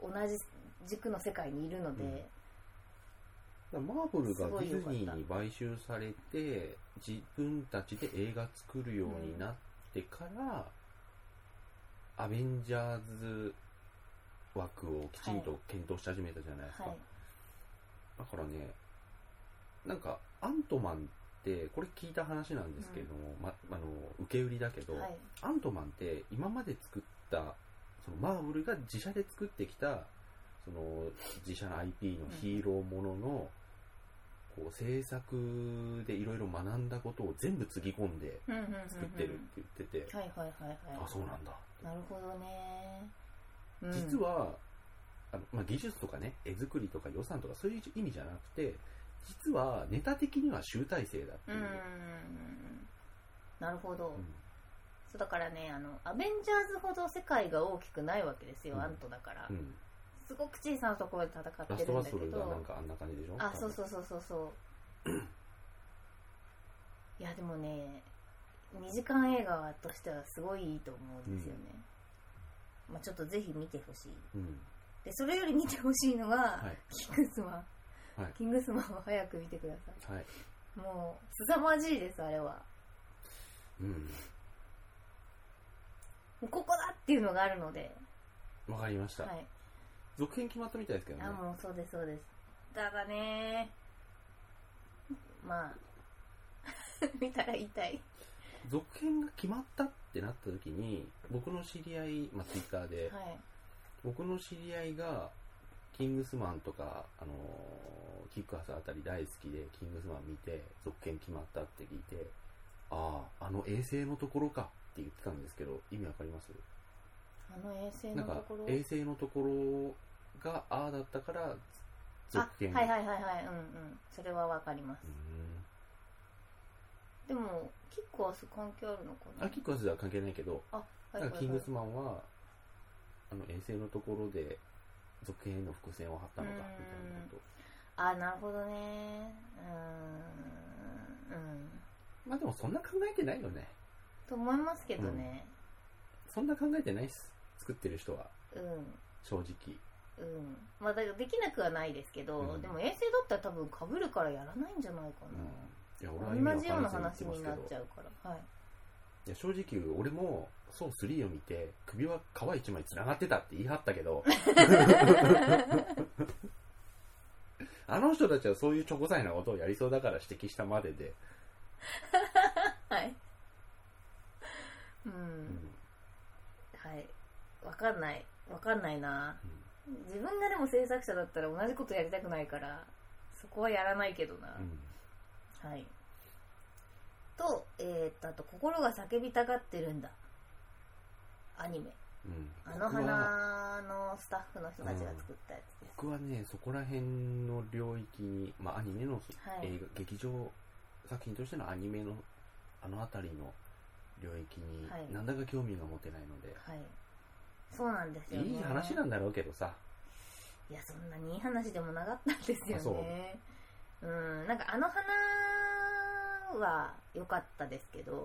B: 同じ軸の世界にいるので、
A: うんだからマーブルが
B: す
A: デ
B: ごい良
A: ィ
B: か
A: ズ
B: った
A: ニーに買収されて、自分たちで映画作るようになってから、アベンジャーズ枠をきちんと検討し始めたじゃないですか。
B: はい。
A: だからね、なんか、アントマンって、これ聞いた話なんですけど、ま、あの、受け売りだけど、
B: はい。
A: アントマンって今まで作ったそのマーブルが自社で作ってきたその自社の IP のヒーローものの、こう制作でいろいろ学んだことを全部つぎ込んで
B: うんうんうんうん
A: 作ってるって言ってて、
B: はいはいはいはい
A: あそうなんだ、
B: なるほどね、うん、
A: 実はあの、まあ、技術とかね絵作りとか予算とかそういう意味じゃなくて実はネタ的には集大成だって
B: う
A: い
B: ん
A: う、
B: なるほど、
A: うん
B: そうだからねあのアベンジャーズほど世界が大きくないわけですよ、
A: うん
B: アントだから、
A: うん
B: すごく小さなところで戦
A: ラ
B: って
A: スト
B: る
A: バ
B: んだ
A: ス
B: け
A: トルがな
B: ど
A: んかあんな感じでしょ
B: あそう
A: う
B: そうそうそうそういやでもね2時間映画としてはすごいいいと思うんですよね、まあ、ちょっとぜひ見てほしい
A: うん
B: でそれより見てほしいのは、
A: はい
B: キングスマン、
A: はい
B: キングスマンを早く見てくださ
A: はい
B: いもう凄まじいですあれは
A: うん
B: ここだっていうのがあるので、
A: わかりました、
B: はい、
A: 続編決まったみたいですけどね
B: あもうそうですそうですただねまあ 見たら痛い
A: 続編が決まったってなった時に僕の知り合い、まあ、ツイッターで、
B: はい
A: 僕の知り合いがキングスマンとか、あのーキックアスあたり大好きでキングスマン見て続編決まったって聞いてあああの衛星のところかって言ってたんですけど意味わかります
B: あの衛星
A: な
B: の
A: ん
B: と
A: か
B: ころ
A: 衛星のところがああだったから続
B: あ
A: 編
B: はいはいはいはいうんうんそれはわかりま
A: う、
B: す
A: ー
B: でも結構そ関係あるのか
A: ん
B: な
A: あキックアスでは関係ないけど
B: あ
A: だからキングスマンはあの衛星のところで続編への伏線を張ったのかみたいなこと
B: あなるほどねうーんうん
A: まあでもそんな考えてないよね
B: と思いますけどね
A: そんな考えてないっす作ってる人は
B: うん、
A: 正直
B: うんまあ、だからできなくはないですけど、
A: うん
B: でも衛星だったら多分かぶるからやらないんじゃないか
A: いや
B: な、
A: 俺は
B: 同じような話
A: 今
B: になっ
A: 分からず言ってます
B: ち
A: けど
B: ゃうからはい
A: いや正直俺もそう3を見て首は皮一枚つながってたって言い張ったけ どあの人たちはそういうちょこざいなことをやりそうだから指摘したまでで、
B: はいうん、
A: うん
B: はいわかんないわかんないな自分がでも制作者だったら同じことやりたくないからそこはやらないけどな
A: う、ん
B: はいとえー、っとあと「心が叫びたがってるんだ」アニメ
A: うん
B: あの
A: 僕は
B: 花のスタッフの人たちが作ったやつです、
A: 僕はねそこら辺の領域に、まあ、アニメの
B: はい
A: 映画、劇場作品としてのアニメのあの辺りの領域
B: はい
A: になんだか興味が持てないので、
B: はいそうなんですよ、ね、
A: いい話なんだろうけどさ、
B: いやそんなにいい話でもなかったんですよ
A: あそ
B: ねうんなんかあの花は良かったですけ
A: う
B: ど、
A: ん、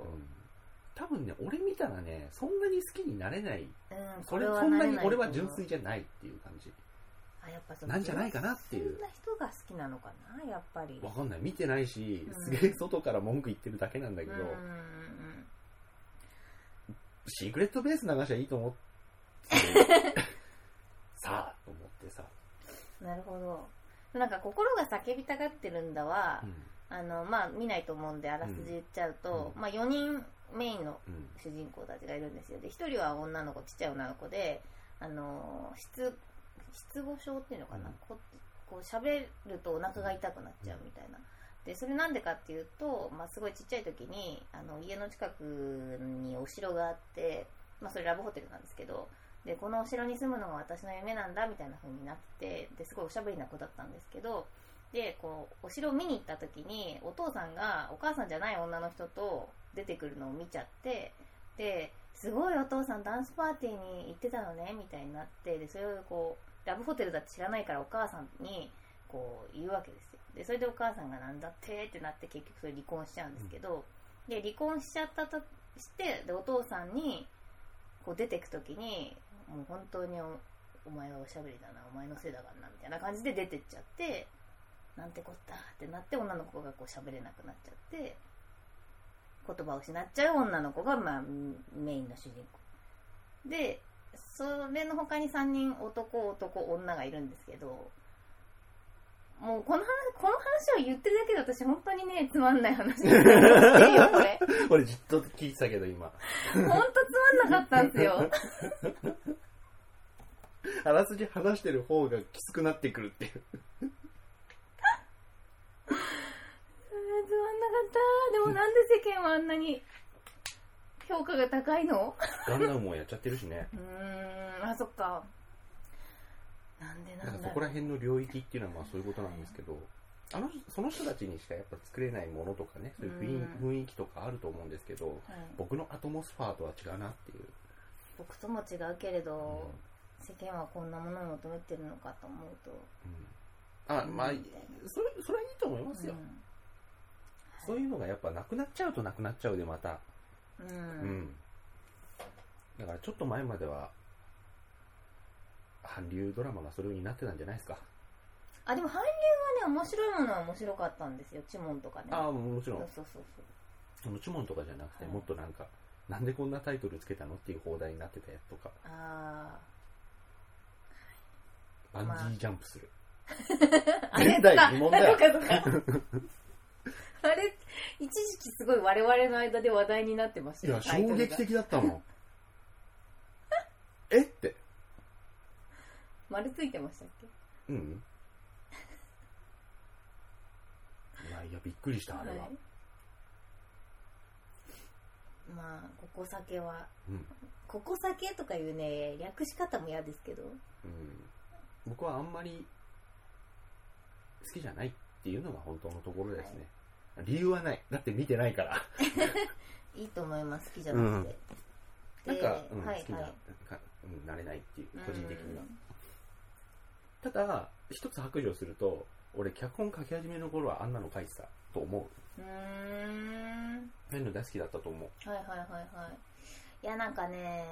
A: 多分ね俺見たらねそんなに好きになれない
B: うん、
A: そ
B: こ
A: れ
B: れは
A: そん
B: 慣
A: な
B: れ
A: に
B: ない
A: 俺は純粋
B: と
A: じゃないっていう感じ
B: 思うあやっぱその
A: なんじゃないかなっていう
B: そんな人が好きなのかなやっぱり
A: わかんない見てないし
B: うん
A: すげえ外から文句言ってるだけなんだ
B: う
A: け
B: ん
A: ど、
B: うんうん
A: シークレットベース流しゃいいと思 ってさあと思ってさ、
B: なるほどなんか心が叫びたがってるんだは、
A: うん
B: あのまあ見ないと思うんであらすじ言っちゃうと、
A: うん
B: まあ4人メインの
A: うん
B: 主人公たちがいるんですよで1人は女の子ちっちゃい女の子であの失失語症っていうのかな、
A: うん
B: ここう喋るとお腹が痛くなっちゃうみたいなでそれなんでかっていうと、まあ、すごいちっちゃい時にあの家の近くにお城があって、まあ、それラブホテルなんですけどでこのお城に住むのが私の夢なんだみたいな風になっててですごいおしゃべりな子だったんですけどでこうお城を見に行った時にお父さんがお母さんじゃない女の人と出てくるのを見ちゃってですごいお父さんダンスパーティーに行ってたのねみたいになってでそれをこうラブホテルだって知らないからお母さんにこう言うわけですよでそれでお母さんがなんだってってなって結局それ離婚しちゃうんですけど、で離婚しちゃったとしてでお父さんにこう出てく時にもう本当におお前はおしゃべりだなお前のせいだからなみたいな感じで出てっちゃってなんてこったってなって女の子がこう喋れなくなっちゃって言葉を失っちゃう女の子が、まあ、メインの主人公でそれの他に3人男男女がいるんですけどもうこの話この話を言ってるだけで私本当にねつまんない話だと思ってるよこれ
A: 俺じっと聞いてたけど今
B: ほんとつまんなかったんですよ。
A: あらすじ話してる方がきつくなってくるっていう。
B: つまんなかったでもなんで世間はあんなに評価が高いの
A: ガンダムもやっちゃってるし ね。
B: うーんあそっかなんで
A: な
B: なん
A: か
B: んだ
A: そこ
B: ろ
A: ら
B: う
A: 辺の領域っていうのはまあそういうことなんですけど、あの、その人たちにしかやっぱ作れないものとかね、そういう雰囲
B: う
A: 雰囲気とかあると思うんですけど、
B: はい
A: 僕のアトモスファーとは違うなっていう。
B: 僕とも違うけれど
A: うん
B: 世間はこんなものを求めてるのかと思うと
A: あまあ
B: うん
A: それそれはいいと思いますよ、
B: うん
A: そういうのがやっぱなくなっちゃうとなくなっちゃうでまた
B: うん
A: うん、だからちょっと前までは韓流ドラマがそれになってたんじゃないですか、
B: あでも韓流はね面白いものは面白かったんですよチモンとかね
A: ああもちろん
B: そうそうそうそう
A: そのチモンとかじゃなくて
B: はい
A: もっとなんか、なんでこんなタイトルつけたのっていう放題になってたやつとか
B: あ
A: バンジージャンプする、
B: ああれ
A: 前
B: か
A: 代未聞だよ
B: あそうかそうかあれ一時期すごい我々の間で話題になってました
A: いや
B: タイト
A: 衝
B: ルが
A: 撃的だったもんえって
B: 丸ついてましたっけ
A: うんいやいやびっくりしたあれは、
B: はいまあここ酒は
A: うん
B: ここ酒とかいうね略し方も嫌ですけど
A: うん僕はあんまり好きじゃないっていうのが本当のところですね、理由はないだって見てないから
B: いいと思います好きじゃなくて、
A: なん
B: で
A: か、うん
B: はい
A: 好きな、
B: はい
A: かうんなれないっていう
B: うん
A: 個人的にはただ一つ白状すると俺脚本書き始めの頃はあんなの書いてたと思う
B: うーん
A: そういうの大好きだったと思う
B: はいはいはいはいいやなんかね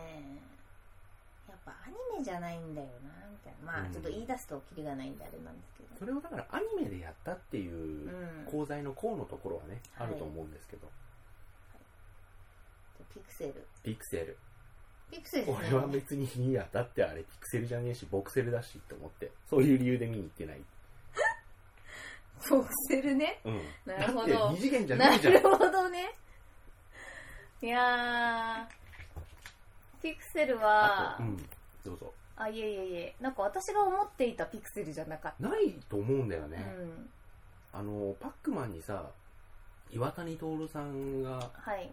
B: やっぱアニメじゃないんだよなみたいなま
A: う
B: あ
A: ん
B: ちょっと言い出すとキリがないんであれなんですけど
A: それをだからアニメでやったっていう
B: うん
A: 講座の項のところはね、
B: はい
A: あると思うんですけど
B: ピクセル
A: ピクセル
B: ピクセルじゃない
A: 俺は別にいいやだってあれピクセルじゃねえしボクセルだしと思ってそういう理由で見に行ってない
B: ピクセルね
A: うん
B: なるほど
A: だって二次元じゃな
B: ない
A: じゃん
B: るほどね。いやー、ピクセルは、
A: あとうんどうぞ
B: あ、いえいえいえ、なんか私が思っていたピクセルじゃなかっ
A: ないと思うんだよ
B: た。
A: ね、
B: うん。
A: あのパックマンにさ岩谷徹さんが
B: はい。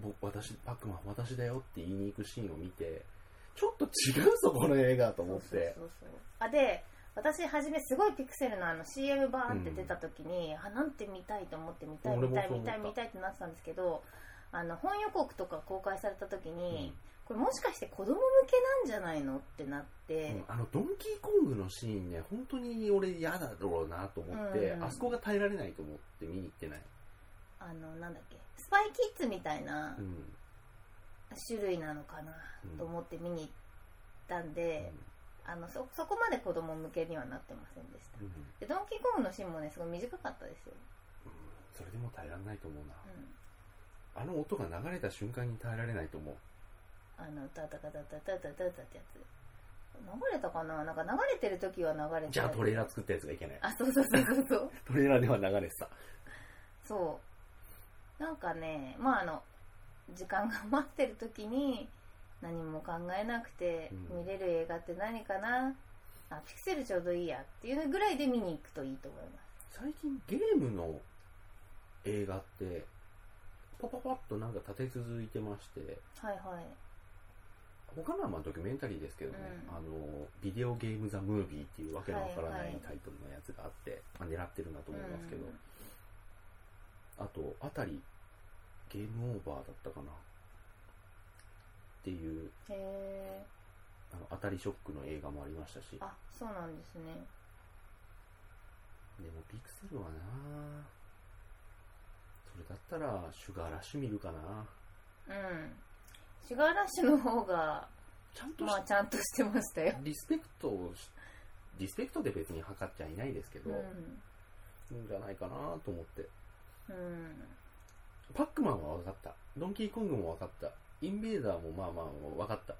A: 僕私パックマン私だよって言いに行くシーンを見てちょっと違うぞこの映画と思って
B: そうそうそうあ、で、私初めすごいピクセルのあの CM バーって出た時に、あ、なんて見たいと思って見たい
A: 俺
B: 見
A: も
B: たい
A: そう
B: 見
A: 思った
B: たい見たいってなってたんですけど、あの、本予告とか公開された時に、これもしかして子供向けなんじゃないのってなって、
A: うんあのドンキーコングのシーンね本当に俺嫌だろうなと思って、
B: うん
A: あそこが耐えられないと思って見に行ってない、
B: あの、なんだっけ、スパイキッズみたいな、
A: うん
B: 種類なのかな
A: うん
B: と思って見に行ったんで、あのそそこまで子供向けにはなってませんでした
A: うん
B: でドンキーコングのシーンもねすごい短かったですよ、
A: それでも耐えられないと思うな
B: うん、
A: あの音が流れた瞬間に耐えられないと思う
B: あのタタタタタタタタタってやつ流れたかななんか流れてる時は流れてた
A: じゃあトレーラー作ったやつがいけない
B: あそうそうそうそうそう
A: トレーラーでは流れてた
B: そうなんかねまああの時間が待ってる時に何も考えなくて
A: うん
B: 見れる映画って何かな、あピクセルちょうどいいやっていうぐらいで見に行くといいと思います
A: 最近ゲームの映画ってパパパッとなんか立て続いてまして
B: はいはい
A: 他のはまあドキュメンタリーですけどね、
B: うん
A: あのビデオゲーム・ザ・ムービーっていうわけのわから
B: は
A: な
B: いはいい
A: タイトルのやつがあって、まあ、狙ってるなと思いますけど、
B: うん
A: あと「あたりゲームオーバー」だったかなっていう
B: へ
A: あの当たりショックの映画もありましたし
B: ーあそうなんですね
A: でもピクセルはなそれだったらシュガーラッシュ見るかな
B: うんシュガーラッシュの方が
A: ちゃんとし
B: まあちゃんとしてましたよ
A: リスペクトをしリスペクトで別に測っちゃいないですけ
B: う
A: ど、
B: ん、
A: いいんじゃないかなと思って
B: うん、
A: パックマンは分かったドンキーコングも分かったインベーダーもまあまあ分かった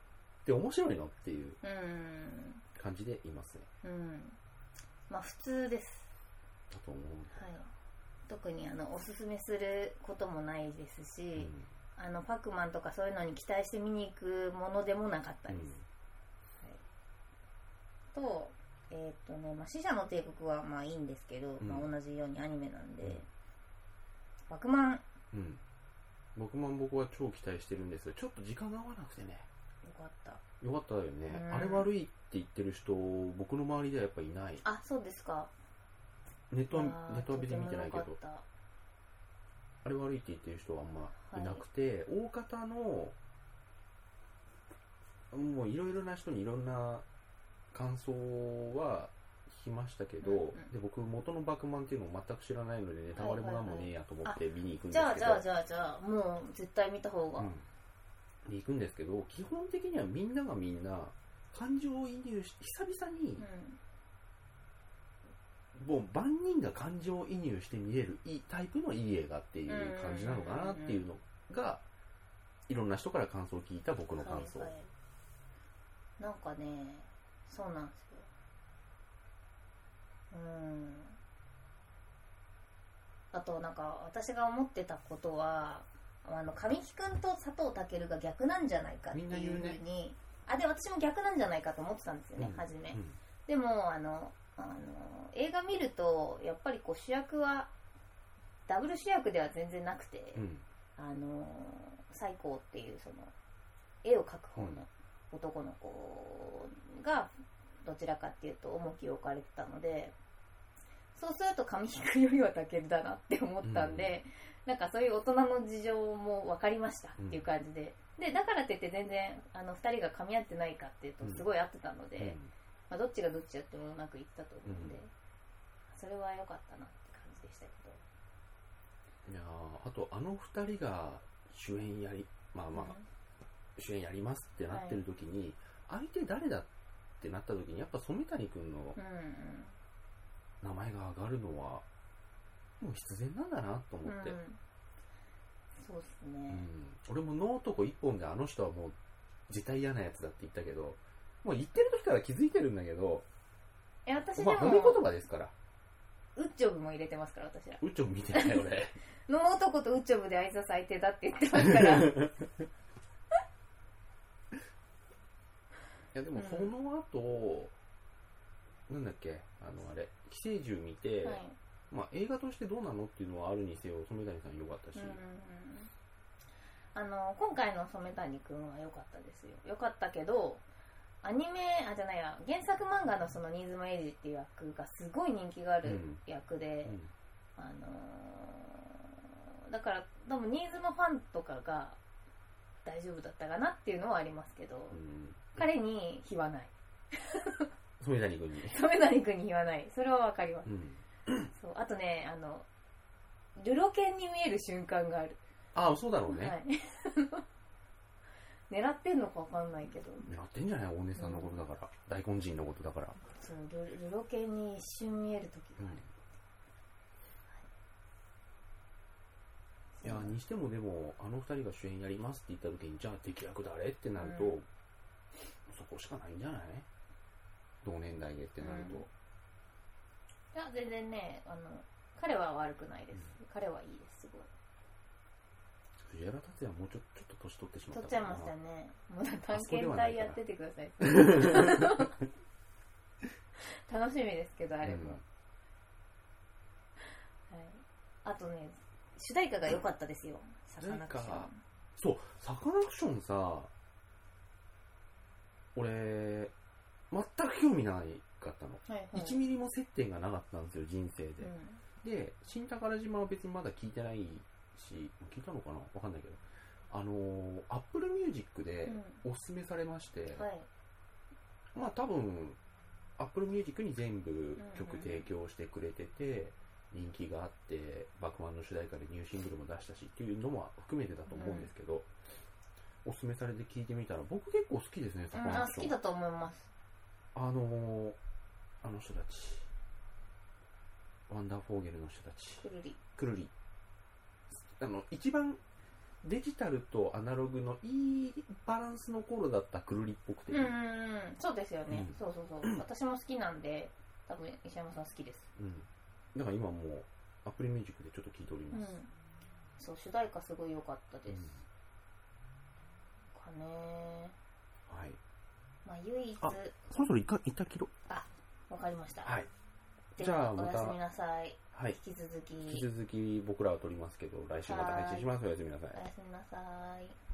A: で面白いのっていう
B: うん
A: 感じでいますね
B: うんまあ普通です
A: だと思う
B: はい特にあのおすすめすることもないですし、
A: んで、
B: あのパックマンとかそういうのに期待して見に行くものでもなかった
A: うん
B: です、と,、えーとねまあ、死者の帝国はまあいいんですけど、
A: うん
B: まあ、同じようにアニメなんで、
A: うん
B: バクマンよ
A: うん僕も僕は超期待してるんですがちょっと時間が合わなくてね
B: かった
A: よかったよね、
B: うん
A: あれ悪いって言ってる人僕の周りではやっぱいない
B: あそうですか
A: ネットは
B: あ
A: ネ
B: ー
A: ットは見て見てないけど
B: とてもよかっ
A: あれ悪いって言ってる人はあんまいなくて、大方のもういろいろな人にいろんな感想は聞きましたけど、
B: うんうん
A: で僕元のバクマンっていうのを全く知らないのでネタバレもなんもねえやと思って見に行く
B: た
A: ん
B: じ
A: です
B: ゃあ
A: け
B: じ
A: ど
B: ゃあじゃあじゃあもう絶対見た方が、
A: うん、で行くんですけど基本的にはみんながみんな感情移入し久々に
B: う
A: もう万人が感情移入して見れるいいタイプのいい映画っていう感じなのかなっていうのがいろんな人から感想を聞いた僕の
B: ん、
A: 感想、
B: はいはいなんかねそうなんですようんあとなんか私が思ってたことはあの神木君と佐藤健が逆なんじゃないかってい
A: みんな言
B: う
A: う
B: ふ
A: ね
B: うにあで私も逆なんじゃないかと思ってたんですよね、
A: うん
B: 初め
A: うん
B: でもあのあの映画見るとやっぱりこう主役はダブル主役では全然なくて、
A: うん
B: あのー西光っていうその絵を描く方の
A: うん
B: 男の子がどちらかっていうと重きを置かれてたのでそうすると神木君よりはタケルだなって思ったんで、なんかそういう大人の事情も分かりましたっていう感じで、でだからといって全然あの2人が噛み合ってないかっていうとすごい合ってたので、まあ、どっちがどっちやってもうまくいったと思うんで、
A: うん
B: それは良かったなって感じでしたけど。
A: いやーあとあの二人が主演やりまあまあ主演やりますってなってる時に、相手誰だってなった時にやっぱ染谷君の
B: うんうん
A: 名前が上がるのはもう必然なんだなと思って、
B: うん、そうですね、
A: うん、俺もノートコ一本であの人はもう絶対嫌なやつだって言ったけど、もう言ってる時から気づいてるんだけど、
B: え私で
A: ま
B: も
A: あ褒め言葉ですから。
B: ウッチョブも入れてますから私ら
A: うっちょ見て ない俺。
B: の男とウッチョブで挨拶相手だって言ってま すから
A: いやでもその後、なんだっけ、あのあれ、寄生獣見て、
B: はい
A: まあ映画としてどうなのっていうのはあるにせよ、染谷さん良かったし
B: うん、うんうんあの今回の染谷くんは良かったですよ良かったけどアニメあじゃないや原作漫画のその新妻エイジっていう役がすごい人気がある役で、
A: うん
B: あのーだから多分新妻ファンとかが大丈夫だったかなっていうのはありますけど、
A: うん。
B: 彼に非はない
A: 染谷君に。
B: 染谷君に非はないそれはわかります
A: うん。
B: そうあとねあのルロケンに見える瞬間がある、
A: ああ、そうだろうね。
B: はい 狙ってんのかわかんないけど
A: 狙ってんじゃない大根さんのことだから。大根人のことだから。
B: そうルルロケンに一瞬見える時
A: う
B: が
A: ん
B: ある、
A: いやにしてもでもあの二人が主演やりますって言った時にじゃあ敵役誰ってなると、
B: うん
A: そこしかないんじゃない同年代でってなると、
B: うんいや全然ねあの彼は悪くないです、彼はいいですすごい
A: 藤原竜也はもうちょちょっと年取ってしまっ
B: 取ったちゃい
A: な
B: ましたねもう
A: あ
B: 探
A: そこではない
B: 検隊
A: から
B: やっててくだ さい楽しみですけどあれも、はい、あとね主題歌が良かったですよサカナクション
A: 主題歌そうサカナクションさ俺全く興味なかったの、
B: はいはい
A: 1ミリも接点がなかったんですよ人生で、
B: うん
A: で、新宝島は別にまだ聞いてないし、聞いたのかなわかんないけど、あのー、Apple Music でおすすめされまして、
B: はい、
A: まあ多分、Apple Music に全部曲提供してくれてて、人気があって、バクマンの主題歌でニューシングルも出したしっていうのも含めてだと思うんですけど、おすすめされて聞いてみたら、僕結構好きですね、
B: う
A: サカ
B: ん、あ
A: ナ
B: 好
A: ク
B: き
A: ション。
B: だと思います
A: あのー、あの人たち、ワンダーフォーゲルの人たち。
B: くるり
A: くるりあの一番デジタルとアナログのいいバランスの頃だったくるりっぽくて、
B: うんうんうんそうですよね、
A: うん
B: そうそうそう私も好きなんで多分石山さん好きです
A: うんだから今もうアップルミュージックでちょっと聞いており
B: うん
A: ます、
B: そう主題歌すごい良かったです、
A: うん
B: かね
A: はい
B: まあ、唯一
A: あそろそろ一回一旦切ろう
B: わかりました、
A: はい
B: で
A: じゃあ
B: お
A: また
B: やすみなさい
A: はい
B: 引き続き
A: 引き続き僕らは撮りますけど来週また配信しますおやすみなさい
B: おやすみなさい